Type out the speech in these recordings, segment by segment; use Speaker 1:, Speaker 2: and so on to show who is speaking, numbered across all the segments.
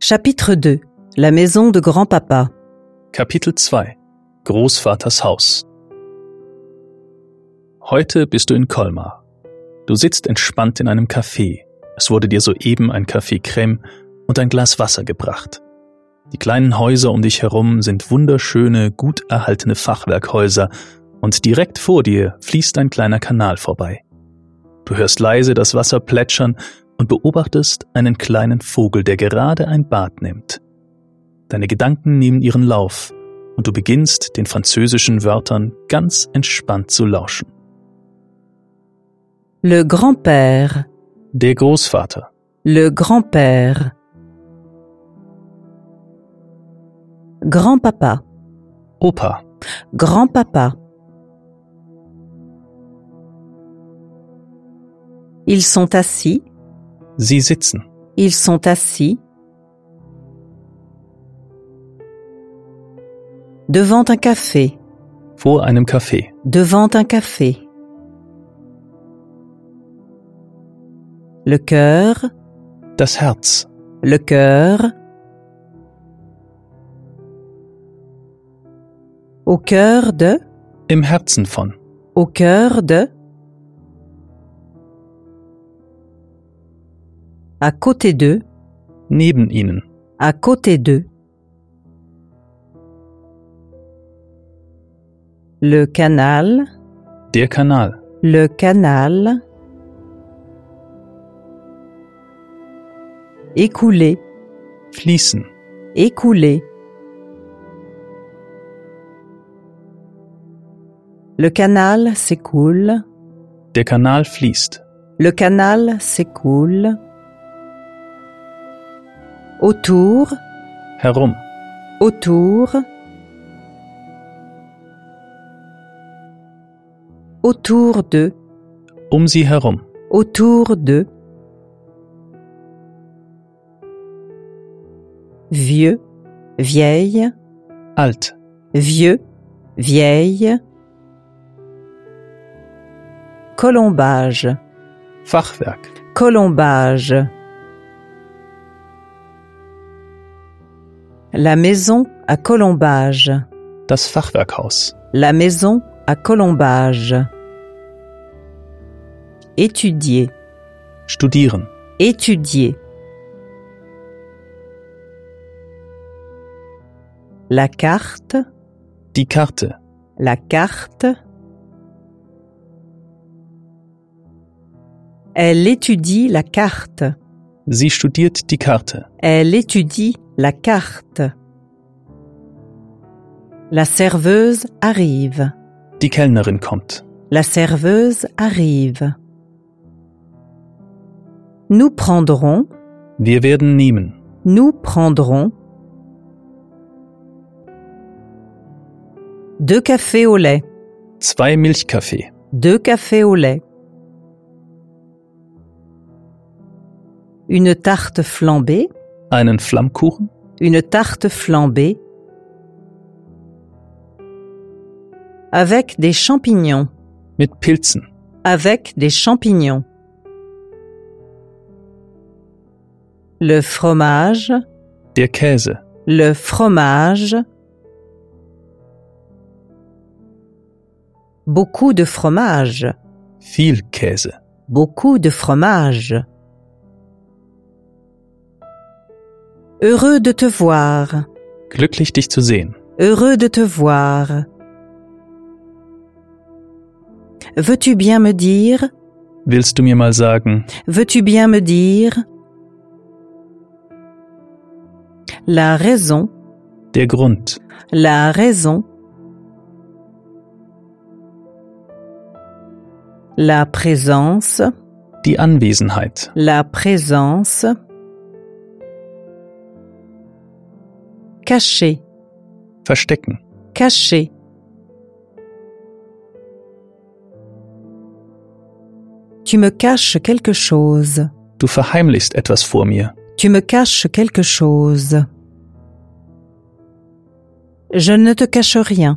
Speaker 1: Chapitre 2 La maison de grand-papa
Speaker 2: Kapitel 2 Großvaters Haus Heute bist du in Colmar. Du sitzt entspannt in einem Café. Es wurde dir soeben ein Kaffee Crème und ein Glas Wasser gebracht. Die kleinen Häuser um dich herum sind wunderschöne, gut erhaltene Fachwerkhäuser und direkt vor dir fließt ein kleiner Kanal vorbei. Du hörst leise das Wasser plätschern und beobachtest einen kleinen Vogel, der gerade ein Bad nimmt. Deine Gedanken nehmen ihren Lauf und du beginnst den französischen Wörtern ganz entspannt zu lauschen.
Speaker 1: Le grand-père
Speaker 2: Der Großvater,
Speaker 1: Le grand-père Grand-papa
Speaker 2: Opa,
Speaker 1: Grand-papa Ils sont assis,
Speaker 2: sie sitzen,
Speaker 1: ils sont assis Devant un café,
Speaker 2: vor einem Café,
Speaker 1: devant un café Le cœur,
Speaker 2: das Herz,
Speaker 1: Le cœur. Au cœur de,
Speaker 2: im Herzen von,
Speaker 1: au cœur de. À côté d'eux,
Speaker 2: neben ihnen,
Speaker 1: à côté d'eux. Le canal,
Speaker 2: der Kanal,
Speaker 1: le canal. Écouler,
Speaker 2: fließen,
Speaker 1: Écouler. Le canal s'écoule.
Speaker 2: der Kanal fließt,
Speaker 1: Le canal s'écoule. Autour,
Speaker 2: herum,
Speaker 1: autour. Autour de,
Speaker 2: um sie herum,
Speaker 1: autour de. Vieux, vieille.
Speaker 2: alt,
Speaker 1: vieux, vieille. Colombage,
Speaker 2: Fachwerk,
Speaker 1: colombage. La maison à colombage,
Speaker 2: das Fachwerkhaus,
Speaker 1: la maison à colombage. Étudier,
Speaker 2: studieren,
Speaker 1: étudier. La carte,
Speaker 2: die Karte,
Speaker 1: La carte. Elle étudie la carte.
Speaker 2: sie studiert die Karte,
Speaker 1: Elle étudie la carte. La serveuse arrive.
Speaker 2: die Kellnerin kommt,
Speaker 1: La serveuse arrive. Nous prendrons,
Speaker 2: wir werden nehmen,
Speaker 1: nous prendrons deux cafés au lait.
Speaker 2: zwei Milchkaffee,
Speaker 1: Deux cafés au lait. Une tarte flambée.
Speaker 2: einen Flammkuchen,
Speaker 1: Une tarte flambée. Avec des champignons.
Speaker 2: mit Pilzen,
Speaker 1: Avec des champignons. Le fromage.
Speaker 2: der Käse,
Speaker 1: Le fromage. Beaucoup de fromage.
Speaker 2: viel Käse,
Speaker 1: Beaucoup de fromage. Heureux de te voir,
Speaker 2: glücklich dich zu sehen,
Speaker 1: heureux de te voir. Veux-tu bien me dire,
Speaker 2: willst du mir mal sagen,
Speaker 1: veux-tu bien me dire La raison,
Speaker 2: der Grund,
Speaker 1: la raison. La présence,
Speaker 2: die Anwesenheit,
Speaker 1: La présence. Caché,
Speaker 2: verstecken,
Speaker 1: caché. Tu me caches quelque chose.
Speaker 2: du verheimlichst etwas vor mir,
Speaker 1: Tu me caches quelque chose. Je ne te cache rien.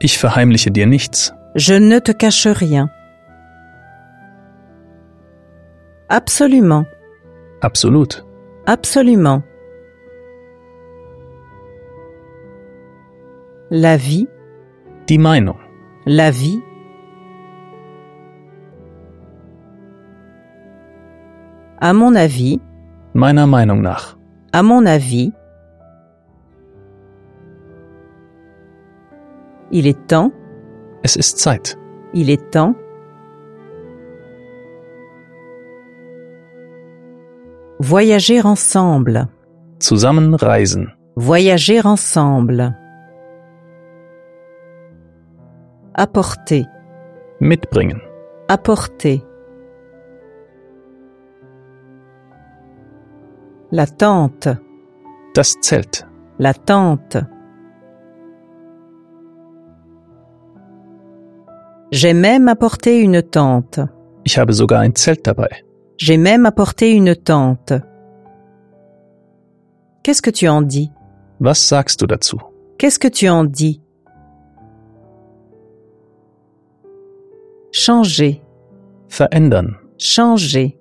Speaker 2: ich verheimliche dir nichts,
Speaker 1: Je ne te cache rien. Absolument.
Speaker 2: absolut,
Speaker 1: Absolument. la vie,
Speaker 2: Die Meinung.
Speaker 1: la vie, à mon avis,
Speaker 2: Meiner Meinung nach.
Speaker 1: à mon avis, il est temps,
Speaker 2: Es ist Zeit.
Speaker 1: il est temps, voyager ensemble,
Speaker 2: Zusammen reisen.
Speaker 1: voyager ensemble, apporter,
Speaker 2: Mitbringen.
Speaker 1: apporter. La tente,
Speaker 2: Das Zelt.
Speaker 1: la tente. J'ai même apporté une tente.
Speaker 2: Ich habe sogar ein Zelt dabei.
Speaker 1: J'ai même apporté une tente. Qu'est-ce que tu en dis
Speaker 2: Was sagst du dazu?
Speaker 1: Qu'est-ce que tu en dis Changer,
Speaker 2: Verändern.
Speaker 1: changer.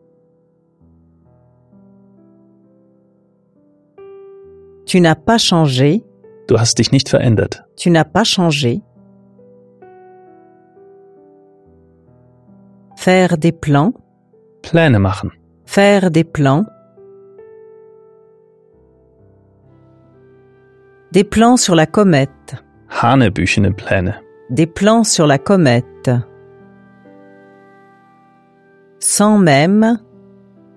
Speaker 1: Tu n'as pas changé,
Speaker 2: Du hast dich nicht verändert.
Speaker 1: tu n'as pas changé. Faire des plans,
Speaker 2: Pläne machen.
Speaker 1: faire des plans. Des plans sur la comète,
Speaker 2: Hanebüchene Pläne.
Speaker 1: des plans sur la comète. Sans même,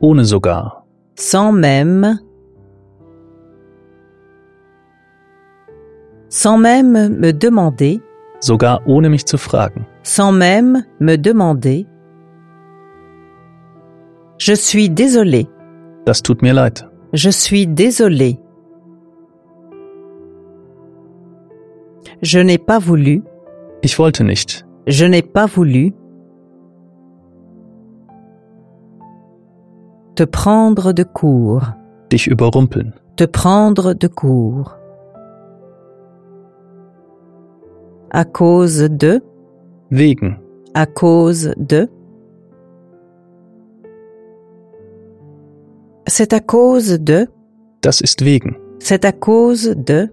Speaker 2: Ohne sogar.
Speaker 1: sans même. Sans même me demander,
Speaker 2: Sogar ohne mich zu fragen.
Speaker 1: sans même me demander. Je suis désolé,
Speaker 2: Das tut mir leid.
Speaker 1: je suis désolé. Je n'ai pas voulu,
Speaker 2: Ich wollte nicht.
Speaker 1: je n'ai pas voulu. Te prendre de court,
Speaker 2: Dich überrumpeln.
Speaker 1: te prendre de court. À cause de,
Speaker 2: Wegen.
Speaker 1: à cause de. C'est à cause de,
Speaker 2: Das ist wegen.
Speaker 1: c'est à cause de.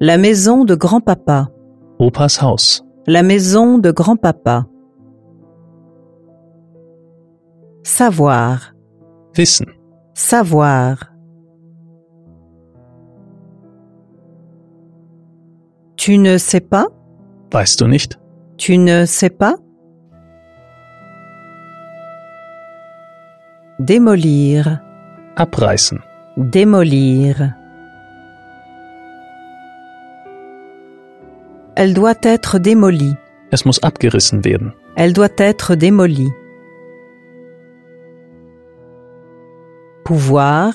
Speaker 1: La maison de grand-papa,
Speaker 2: Opas Haus.
Speaker 1: la maison de grand-papa. Savoir,
Speaker 2: Wissen.
Speaker 1: savoir. Tu ne sais pas
Speaker 2: Weißt du nicht?
Speaker 1: Tu ne sais pas Démolir,
Speaker 2: Abreißen.
Speaker 1: démolir. Elle doit être démolie,
Speaker 2: Es muss abgerissen werden.
Speaker 1: elle doit être démolie. Pouvoir,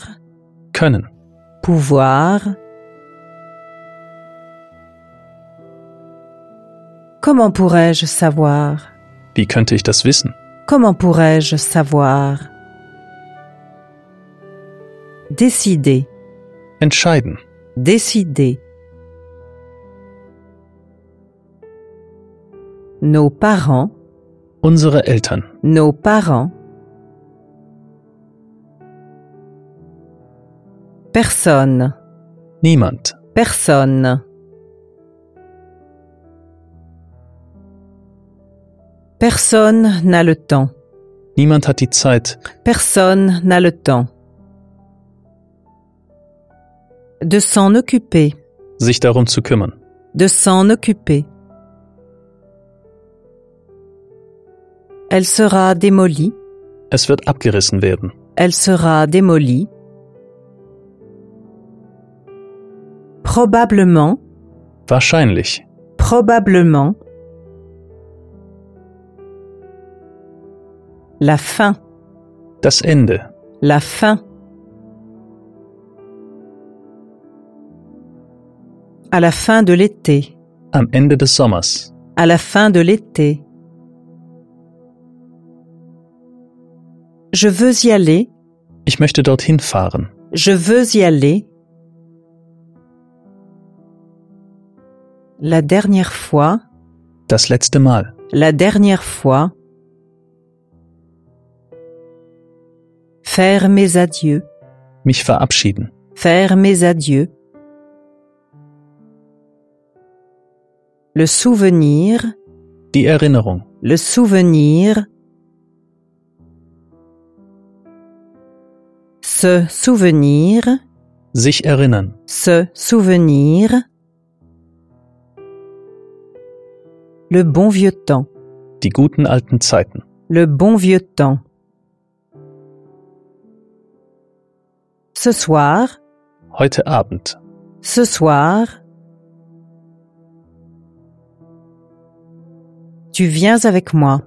Speaker 2: Können.
Speaker 1: pouvoir. Comment pourrais-je savoir
Speaker 2: Wie könnte ich das wissen?
Speaker 1: Comment pourrais-je savoir Décider,
Speaker 2: Entscheiden.
Speaker 1: décider. Nos parents,
Speaker 2: Unsere Eltern.
Speaker 1: nos parents. Personne,
Speaker 2: Niemand.
Speaker 1: personne. Personne n'a le temps.
Speaker 2: Niemand hat die Zeit.
Speaker 1: Personne n'a le temps. De s'en occuper,
Speaker 2: sich darum zu kümmern.
Speaker 1: de s'en occuper. Elle sera démolie,
Speaker 2: Es wird abgerissen werden.
Speaker 1: elle sera démolie. Probablement,
Speaker 2: Wahrscheinlich.
Speaker 1: probablement. La fin,
Speaker 2: Das Ende.
Speaker 1: la fin. À la fin de l'été,
Speaker 2: Am Ende des Sommers.
Speaker 1: à la fin de l'été. Je veux y aller,
Speaker 2: Ich möchte dorthin fahren.
Speaker 1: je veux y aller. La dernière fois,
Speaker 2: Das letzte Mal.
Speaker 1: la dernière fois. Faire mes adieux,
Speaker 2: Mich verabschieden.
Speaker 1: faire mes adieux. Le souvenir,
Speaker 2: Die Erinnerung.
Speaker 1: le souvenir. Se souvenir,
Speaker 2: Sich erinnern.
Speaker 1: se souvenir. Le bon vieux temps,
Speaker 2: Die guten alten Zeiten.
Speaker 1: le bon vieux temps. Ce soir,
Speaker 2: Heute Abend.
Speaker 1: Ce soir, tu viens avec moi,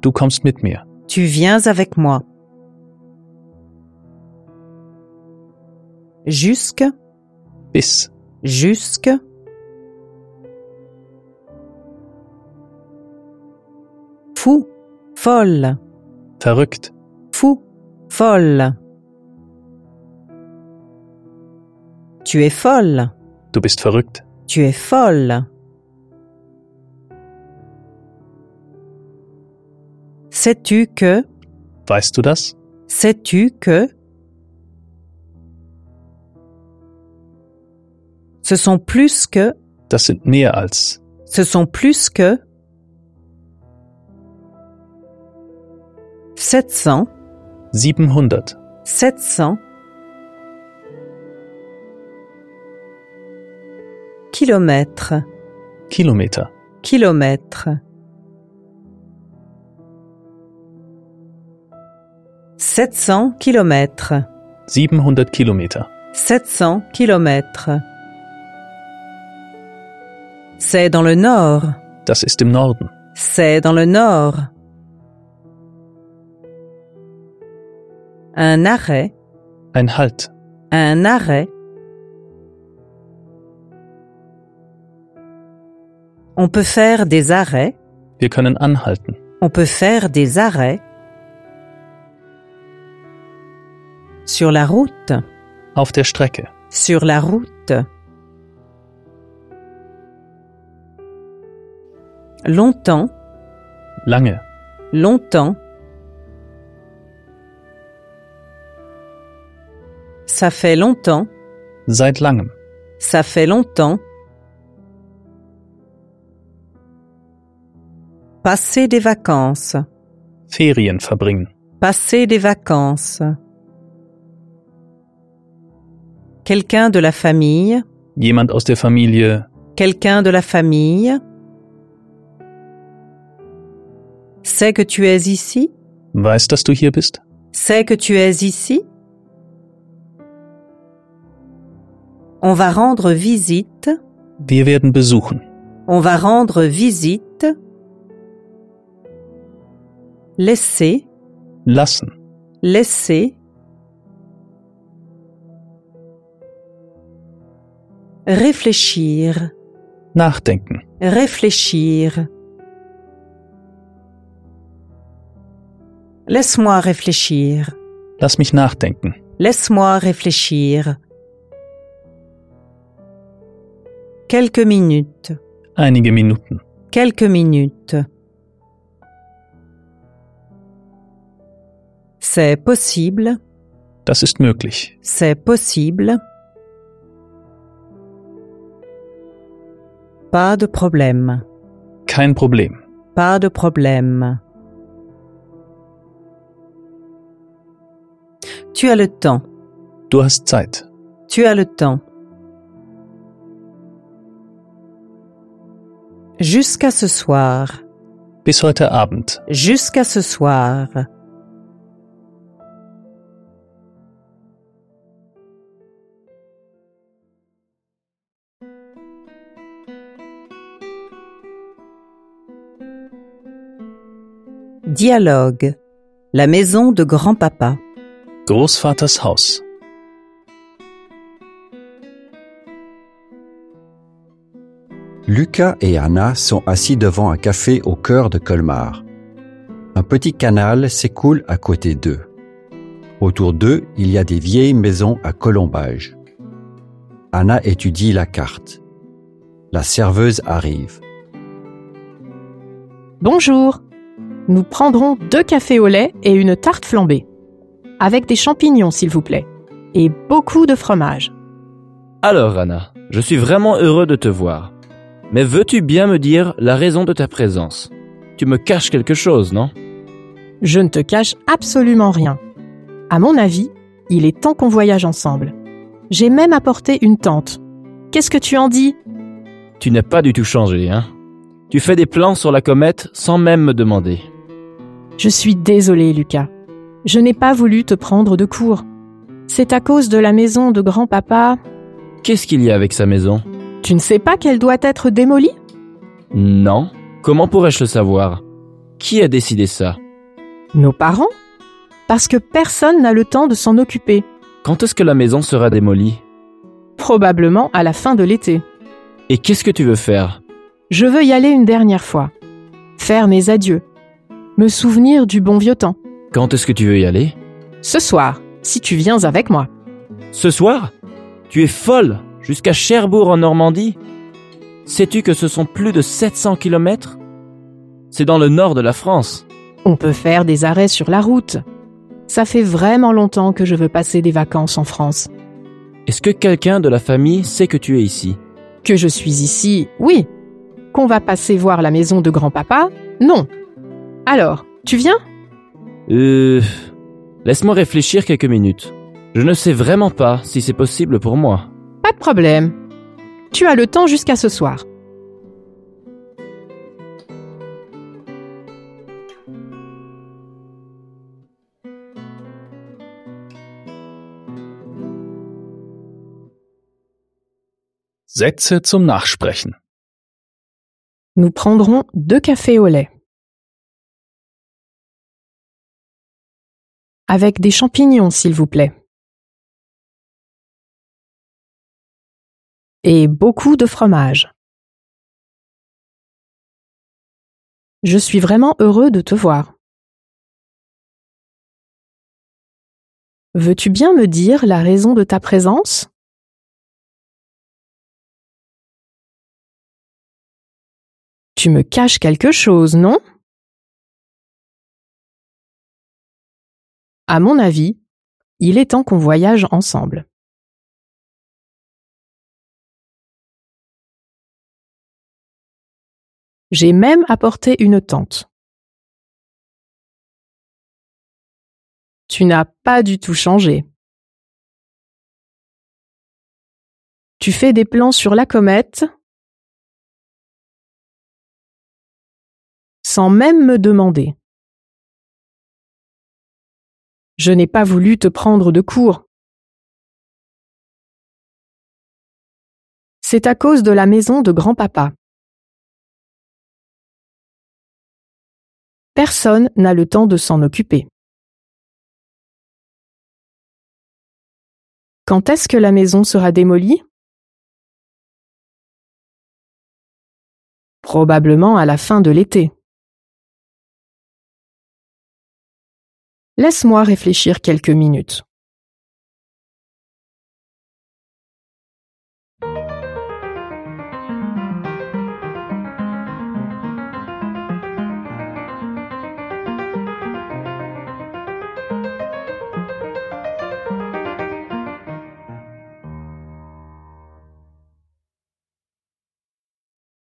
Speaker 2: Du kommst mit mir.
Speaker 1: tu viens avec moi. Jusque,
Speaker 2: Bis.
Speaker 1: jusque. Fou, folle,
Speaker 2: Verrückt.
Speaker 1: fou, folle. Tu es folle.
Speaker 2: Du bist verrückt.
Speaker 1: Tu es folle. Sais-tu que,
Speaker 2: Weißt du das?
Speaker 1: sais-tu que Ce sont plus que,
Speaker 2: Das sind mehr als.
Speaker 1: ce sont plus que 700,
Speaker 2: 700.
Speaker 1: 700 kilomètres.
Speaker 2: Kilometer.
Speaker 1: Kilomètre. Sept cents kilomètres.
Speaker 2: 700 Kilometer.
Speaker 1: Sept cents kilomètres. C'est dans le nord.
Speaker 2: Das ist im Norden.
Speaker 1: C'est dans le nord. Un arrêt.
Speaker 2: Ein Halt.
Speaker 1: Un arrêt. On peut faire des arrêts.
Speaker 2: Wir können anhalten.
Speaker 1: On peut faire des arrêts sur la route,
Speaker 2: Auf der Strecke.
Speaker 1: sur la route. Longtemps,
Speaker 2: Lange.
Speaker 1: longtemps. Ça fait longtemps,
Speaker 2: Seit langem.
Speaker 1: ça fait longtemps. Passer des vacances.
Speaker 2: Ferien verbringen.
Speaker 1: Passer des vacances. Quelqu'un de la famille,
Speaker 2: Jemand aus der Familie.
Speaker 1: quelqu'un de la famille. Sait que tu es ici,
Speaker 2: Weiß, dass du hier bist?
Speaker 1: sait que tu es ici. On va rendre visite,
Speaker 2: Wir werden besuchen.
Speaker 1: on va rendre visite. Laisser,
Speaker 2: Lassen.
Speaker 1: Laisser. Réfléchir,
Speaker 2: Nachdenken.
Speaker 1: réfléchir. Laisse-moi réfléchir,
Speaker 2: Lass mich nachdenken.
Speaker 1: laisse-moi réfléchir. Quelques minutes,
Speaker 2: Einige Minuten.
Speaker 1: quelques minutes. C'est possible,
Speaker 2: Das ist möglich.
Speaker 1: C'est possible. Pas de problème.
Speaker 2: Kein Problem.
Speaker 1: Pas de problème. Tu as le temps.
Speaker 2: Du hast Zeit.
Speaker 1: Tu as le temps. Jusqu'à ce soir.
Speaker 2: Bis heute Abend.
Speaker 1: Jusqu'à ce soir. Dialogue. La maison de grand-papa.
Speaker 2: Großvaters Haus.
Speaker 3: Lucas et Anna sont assis devant un café au cœur de Colmar. Un petit canal s'écoule à côté d'eux. Autour d'eux, il y a des vieilles maisons à colombage. Anna étudie la carte. La serveuse arrive.
Speaker 4: Bonjour. Nous prendrons deux cafés au lait et une tarte flambée. Avec des champignons, s'il vous plaît. et beaucoup de fromage.
Speaker 5: Alors, Anna, je suis vraiment heureux de te voir. Mais veux-tu bien me dire la raison de ta présence Tu me caches quelque chose, non
Speaker 4: Je ne te cache absolument rien. À mon avis, il est temps qu'on voyage ensemble. J'ai même apporté une tente. Qu'est-ce que tu en dis
Speaker 5: Tu n'as pas du tout changé, hein Tu fais des plans sur la comète sans même me demander.
Speaker 4: Je suis désolée, Lucas. Je n'ai pas voulu te prendre de cours. C'est à cause de la maison de grand-papa.
Speaker 5: Qu'est-ce qu'il y a avec sa maison
Speaker 4: Tu ne sais pas qu'elle doit être démolie
Speaker 5: Non Comment pourrais-je le savoir Qui a décidé ça
Speaker 4: Nos parents Parce que personne n'a le temps de s'en occuper.
Speaker 5: Quand est-ce que la maison sera démolie
Speaker 4: Probablement à la fin de l'été.
Speaker 5: Et qu'est-ce que tu veux faire
Speaker 4: Je veux y aller une dernière fois. Faire mes adieux. Me souvenir du bon vieux temps.
Speaker 5: Quand est-ce que tu veux y aller
Speaker 4: Ce soir, si tu viens avec moi.
Speaker 5: Ce soir Tu es folle Jusqu'à Cherbourg en Normandie Sais-tu que ce sont plus de 700 kilomètres C'est dans le nord de la France.
Speaker 4: On peut faire des arrêts sur la route. Ça fait vraiment longtemps que je veux passer des vacances en France.
Speaker 5: Est-ce que quelqu'un de la famille sait que tu es ici
Speaker 4: Que je suis ici, oui. Qu'on va passer voir la maison de grand-papa, non. Alors, tu viens
Speaker 5: Euh... Laisse-moi réfléchir quelques minutes. Je ne sais vraiment pas si c'est possible pour moi.
Speaker 4: Pas de problème. Tu as le temps jusqu'à ce soir.
Speaker 2: Sätze zum Nachsprechen.
Speaker 4: Nous prendrons deux cafés au lait. Avec des champignons, s'il vous plaît. Et beaucoup de fromage. Je suis vraiment heureux de te voir. Veux-tu bien me dire la raison de ta présence Tu me caches quelque chose, non À mon avis, il est temps qu'on voyage ensemble. J'ai même apporté une tente. Tu n'as pas du tout changé. Tu fais des plans sur la comète sans même me demander. Je n'ai pas voulu te prendre de cours. C'est à cause de la maison de grand-papa. Personne n'a le temps de s'en occuper. Quand est-ce que la maison sera démolie Probablement à la fin de l'été. Laisse-moi réfléchir quelques minutes.